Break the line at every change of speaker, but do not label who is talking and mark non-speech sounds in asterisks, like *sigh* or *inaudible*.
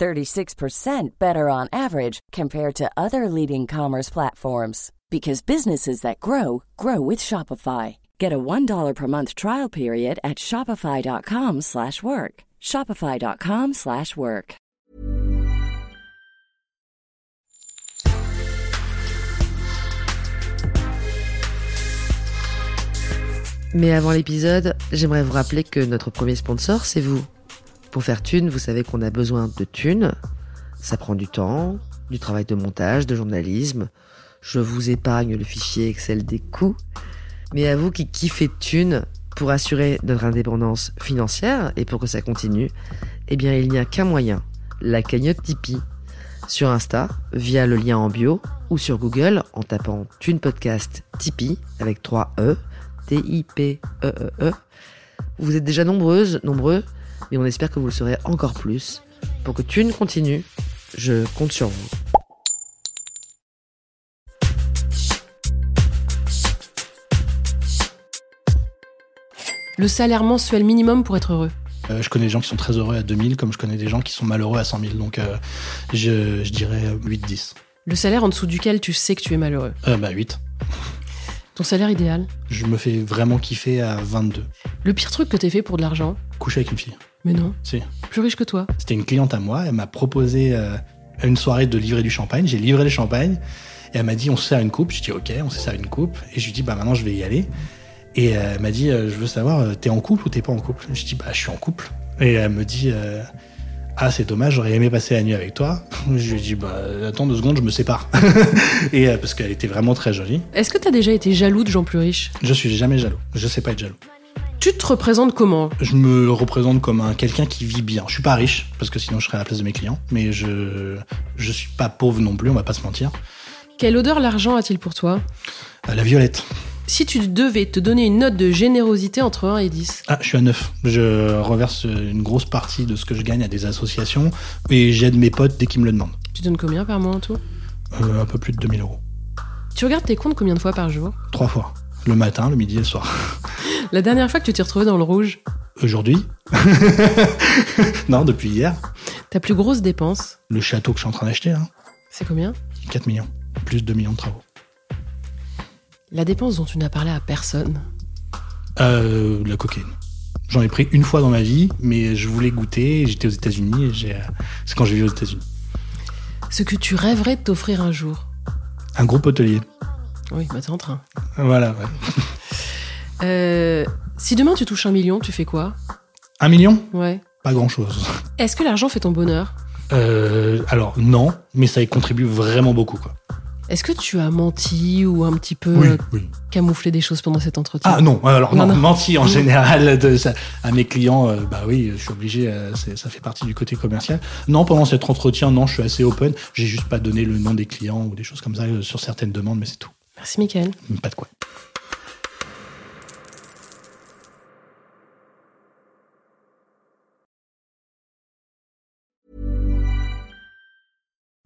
36% better on average compared to other leading commerce platforms because businesses that grow grow with Shopify. Get a $1 per month trial period at shopify.com/work. slash work. shopify.com/work. slash work.
Mais avant l'épisode, j'aimerais vous rappeler que notre premier sponsor, c'est vous. Pour faire thune, vous savez qu'on a besoin de thunes. Ça prend du temps, du travail de montage, de journalisme. Je vous épargne le fichier Excel des coûts. Mais à vous qui kiffez thune pour assurer notre indépendance financière et pour que ça continue, eh bien il n'y a qu'un moyen, la cagnotte Tipeee. Sur Insta, via le lien en bio, ou sur Google en tapant Thune Podcast Tipeee avec 3 E, T-I-P-E-E-E. E Vous êtes déjà nombreuses, nombreux, et on espère que vous le serez encore plus. Pour que Thune continue, je compte sur vous.
Le salaire mensuel minimum pour être heureux.
Euh, je connais des gens qui sont très heureux à 2000, comme je connais des gens qui sont malheureux à 100 000. Donc, euh, je, je dirais 8-10.
Le salaire en dessous duquel tu sais que tu es malheureux.
Euh, bah, 8.
Ton salaire idéal.
Je me fais vraiment kiffer à 22.
Le pire truc que t'aies fait pour de l'argent.
Coucher avec une fille.
Mais non,
Si.
plus riche que toi.
C'était une cliente à moi. Elle m'a proposé euh, à une soirée de livrer du champagne. J'ai livré le champagne. Et elle m'a dit, on se sert une coupe. Je dis, ok, on se sert une coupe. Et je lui dis, bah maintenant, je vais y aller. Et euh, elle m'a dit, euh, je veux savoir, euh, t'es en couple ou t'es pas en couple Je dis, bah je suis en couple. Et elle me dit, euh, ah c'est dommage, j'aurais aimé passer la nuit avec toi. *laughs* Je lui dis, bah attends deux secondes, je me sépare. *laughs* et euh, parce qu'elle était vraiment très jolie.
Est-ce que t'as déjà été jaloux de gens plus riches
Je suis jamais jaloux. Je sais pas être jaloux.
Tu te représentes comment
Je me représente comme un quelqu'un qui vit bien. Je suis pas riche parce que sinon je serais à la place de mes clients, mais je je suis pas pauvre non plus. On va pas se mentir.
Quelle odeur l'argent a-t-il pour toi
Euh, la violette.
Si tu devais te donner une note de générosité entre 1 et 10,
Ah, je suis à 9. Je reverse une grosse partie de ce que je gagne à des associations et j'aide mes potes dès qu'ils me le demandent.
tu donnes combien par mois en tout
Euh, un peu plus de 2000 euros.
Tu regardes tes comptes combien de fois par jour
Trois fois. Le matin, le midi et le soir.
La dernière fois que tu t'es retrouvé dans le rouge,
Aujourd'hui *laughs* Non, depuis hier.
ta plus grosse dépense,
Le château que je suis en train d'acheter, là,
c'est combien
4 millions. Plus 2 millions de travaux.
La dépense dont tu n'as parlé à personne.
Euh, de la cocaïne. J'en ai pris une fois dans ma vie, mais je voulais goûter. J'étais aux États-Unis et j'ai- euh, c'est quand j'ai vécu aux États-Unis.
Ce que tu rêverais de t'offrir un jour.
Un groupe hôtelier.
Oui, bah t'es en train.
Voilà, ouais.
Euh, si demain tu touches un million, tu fais quoi
Un million
Ouais.
Pas grand-chose.
Est-ce que l'argent fait ton bonheur
Euh, alors, non, mais ça y contribue vraiment beaucoup, quoi.
Est-ce que tu as menti ou un petit peu euh,
oui.
camouflé des choses pendant cet entretien
Ah non, alors
Non,
non,
non.
menti en général de ça. à mes clients, euh, bah oui, je suis obligé, euh, c'est- ça fait partie du côté commercial. Non, pendant cet entretien, non, je suis assez open. J'ai juste pas donné le nom des clients ou des choses comme ça euh, sur certaines demandes, mais c'est tout.
Merci, Michael.
Mais Pas de quoi.